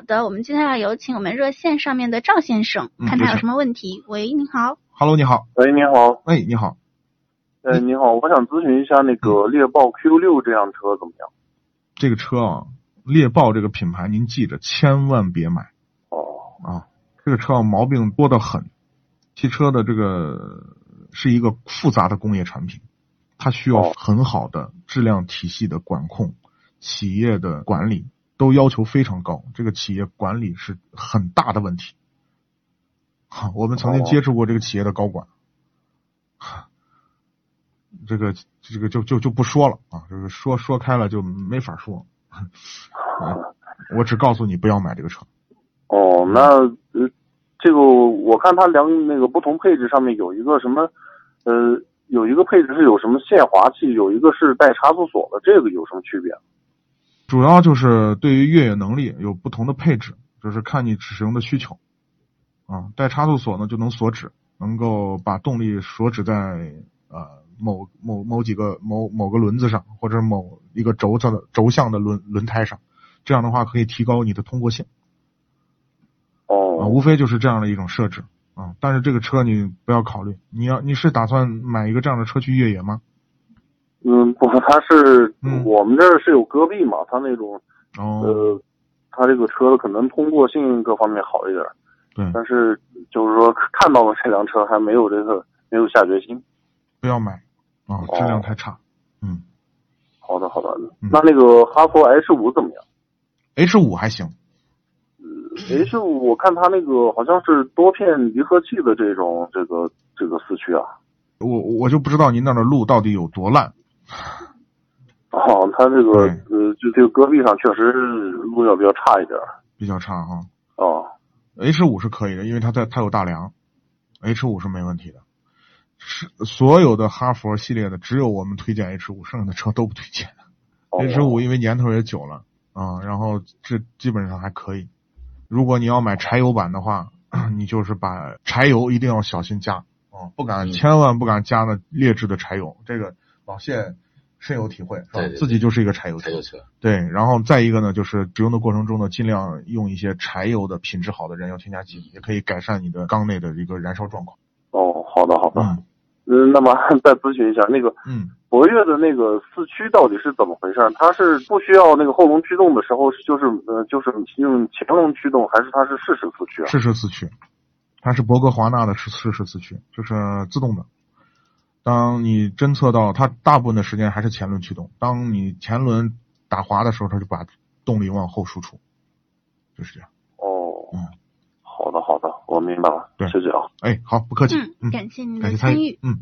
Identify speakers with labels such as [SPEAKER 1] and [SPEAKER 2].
[SPEAKER 1] 好的，我们接下来有请我们热线上面的赵先生，
[SPEAKER 2] 嗯
[SPEAKER 1] 看他
[SPEAKER 2] 没
[SPEAKER 1] 有
[SPEAKER 2] 事
[SPEAKER 1] 什么问题。喂，您好。
[SPEAKER 2] Hello，你好，
[SPEAKER 3] 喂，你好，
[SPEAKER 2] 哎，你好，嗯
[SPEAKER 3] 呃，你好，我想咨询一下那个猎豹 Q 六这辆车怎么样？
[SPEAKER 2] 这个车啊，猎豹这个品牌您记着，千万别买
[SPEAKER 3] 哦，
[SPEAKER 2] 啊！这个车啊，毛病多得很。汽车的这个是一个复杂的工业产品，它需要
[SPEAKER 3] 哦
[SPEAKER 2] 很好的质量体系的管控，企业的管理都要求非常高。这个企业管理是很大的问题。好，我们曾经
[SPEAKER 3] 哦
[SPEAKER 2] 接触过这个企业的高管，这个这个就就就不说了啊，这个说说开了就没法说。啊我只告诉你不要买这个车。
[SPEAKER 3] 哦，那呃，这个我看它两那个不同配置上面有一个什么，呃，有一个配置是有什么限滑器，有一个是带差速锁的，这个有什么区别？
[SPEAKER 2] 主要就是对于越野能力有不同的配置，就是看你使用的需求。啊，带差速锁呢就能锁止，能够把动力锁止在呃某某某几个某某个轮子上，或者某一个轴上的轴向的轮轮胎上。这样的话可以提高你的通过性啊，
[SPEAKER 3] 哦，
[SPEAKER 2] 无非就是这样的一种设置啊。但是这个车你不要考虑，你要你是打算买一个这样的车去越野吗？
[SPEAKER 3] 嗯，不，它是、
[SPEAKER 2] 嗯
[SPEAKER 3] 我们这儿是有戈壁嘛，它那种
[SPEAKER 2] 哦，
[SPEAKER 3] 呃，它这个车可能通过性各方面好一点，
[SPEAKER 2] 对，
[SPEAKER 3] 但是就是说看到了这辆车还没有这个没有下决心。
[SPEAKER 2] 不要买啊，质量太差。
[SPEAKER 3] 哦
[SPEAKER 2] 嗯
[SPEAKER 3] 好的，好的。
[SPEAKER 2] 嗯
[SPEAKER 3] 那那个哈弗 H 五怎么样
[SPEAKER 2] ，H 五还行，
[SPEAKER 3] ？H 五我看它那个好像是多片离合器的这种这个这个四驱啊。
[SPEAKER 2] 我我就不知道您那儿的路到底有多烂。
[SPEAKER 3] 哦，它这个
[SPEAKER 2] 嗯
[SPEAKER 3] 呃，就这个戈壁上确实路要比较差一点儿。
[SPEAKER 2] 比较差哈。
[SPEAKER 3] 哦
[SPEAKER 2] H 五是可以的，因为它在它有大梁，H 五是没问题的。是所有的哈佛系列的，只有我们推荐 H 五，剩下的车都不推荐。
[SPEAKER 3] 哦
[SPEAKER 2] H 五因为年头也久了啊、然后这基本上还可以。如果你要买柴油版的话， 你就是把柴油一定要小心加啊、不敢
[SPEAKER 4] 嗯
[SPEAKER 2] 千万不敢加那劣质的柴油，这个老谢深有体会，是吧？
[SPEAKER 4] 对对对
[SPEAKER 2] 自己就是一个柴油车
[SPEAKER 4] 柴油车，
[SPEAKER 2] 对，然后再一个呢，就是使用的过程中呢，尽量用一些柴油的品质好的燃油添加剂，也可以改善你的缸内的一个燃烧状况。
[SPEAKER 3] 哦，好的好的。
[SPEAKER 2] 嗯
[SPEAKER 3] 嗯，那么再咨询一下，那个
[SPEAKER 2] 嗯，
[SPEAKER 3] 博越的那个四驱到底是怎么回事？它是不需要那个后轮驱动的时候，就是呃就是用前轮驱动，还是它是适时四驱啊？
[SPEAKER 2] 适时四驱，它是博格华纳的适适时四驱，就是自动的。当你侦测到它大部分的时间还是前轮驱动，当你前轮打滑的时候，它就把动力往后输出，就是这样。
[SPEAKER 3] 哦，
[SPEAKER 2] 嗯
[SPEAKER 3] 好的好的，我明白了，
[SPEAKER 2] 对
[SPEAKER 3] 谢谢啊。
[SPEAKER 2] 哎，好，不客气，
[SPEAKER 1] 嗯，感谢您的
[SPEAKER 2] 感谢参
[SPEAKER 1] 参与。
[SPEAKER 2] 与，嗯。